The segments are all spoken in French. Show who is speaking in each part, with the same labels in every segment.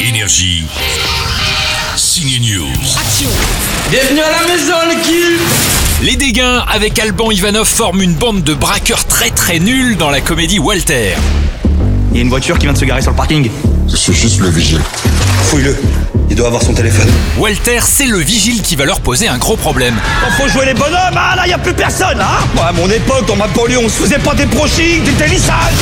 Speaker 1: Énergie. Signe News.
Speaker 2: Bienvenue à la maison les kills
Speaker 3: Les dégâts avec Alban Ivanov forment une bande de braqueurs très très nuls dans la comédie Walter.
Speaker 4: Il y a une voiture qui vient de se garer sur le parking.
Speaker 5: Je suis juste le vigile.
Speaker 6: Fouille-le. Il doit avoir son téléphone.
Speaker 3: Walter, c'est le vigile qui va leur poser un gros problème.
Speaker 4: faut jouer les bonhommes, ah là y a plus personne, hein Moi, à mon époque, dans ma banlieue, on se faisait pas des brochings, des délissages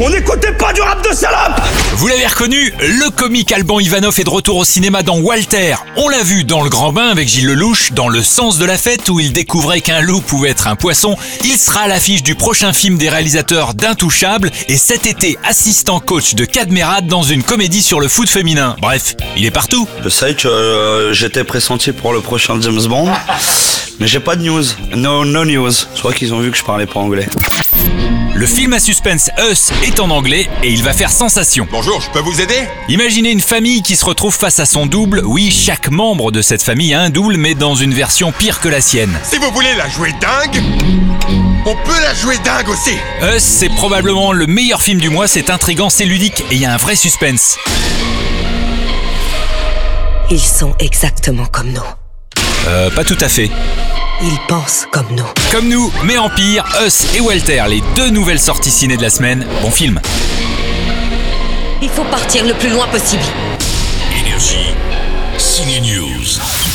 Speaker 4: On n'écoutait pas du rap de salope
Speaker 3: Vous l'avez reconnu, le comique Alban Ivanov est de retour au cinéma dans Walter. On l'a vu dans Le Grand Bain avec Gilles Lelouch, dans Le Sens de la Fête où il découvrait qu'un loup pouvait être un poisson. Il sera à l'affiche du prochain film des réalisateurs d'Intouchables et cet été assistant coach de Cadmerade dans une comédie sur le foot féminin. Bref, il est partout.
Speaker 6: Je sais que euh, j'étais pressenti pour le prochain James Bond, mais j'ai pas de news. No, no news. Je crois qu'ils ont vu que je parlais pas anglais.
Speaker 3: Le film à suspense Us est en anglais et il va faire sensation.
Speaker 1: Bonjour, je peux vous aider
Speaker 3: Imaginez une famille qui se retrouve face à son double. Oui, chaque membre de cette famille a un double, mais dans une version pire que la sienne.
Speaker 1: Si vous voulez la jouer dingue, on peut la jouer dingue aussi.
Speaker 3: Us, c'est probablement le meilleur film du mois. C'est intrigant, c'est ludique et il y a un vrai suspense.
Speaker 7: Ils sont exactement comme nous.
Speaker 3: Euh, pas tout à fait.
Speaker 7: Ils pensent comme nous.
Speaker 3: Comme nous, mais en pire, Us et Walter, les deux nouvelles sorties ciné de la semaine. Bon film.
Speaker 7: Il faut partir le plus loin possible.
Speaker 1: Énergie. Signe News.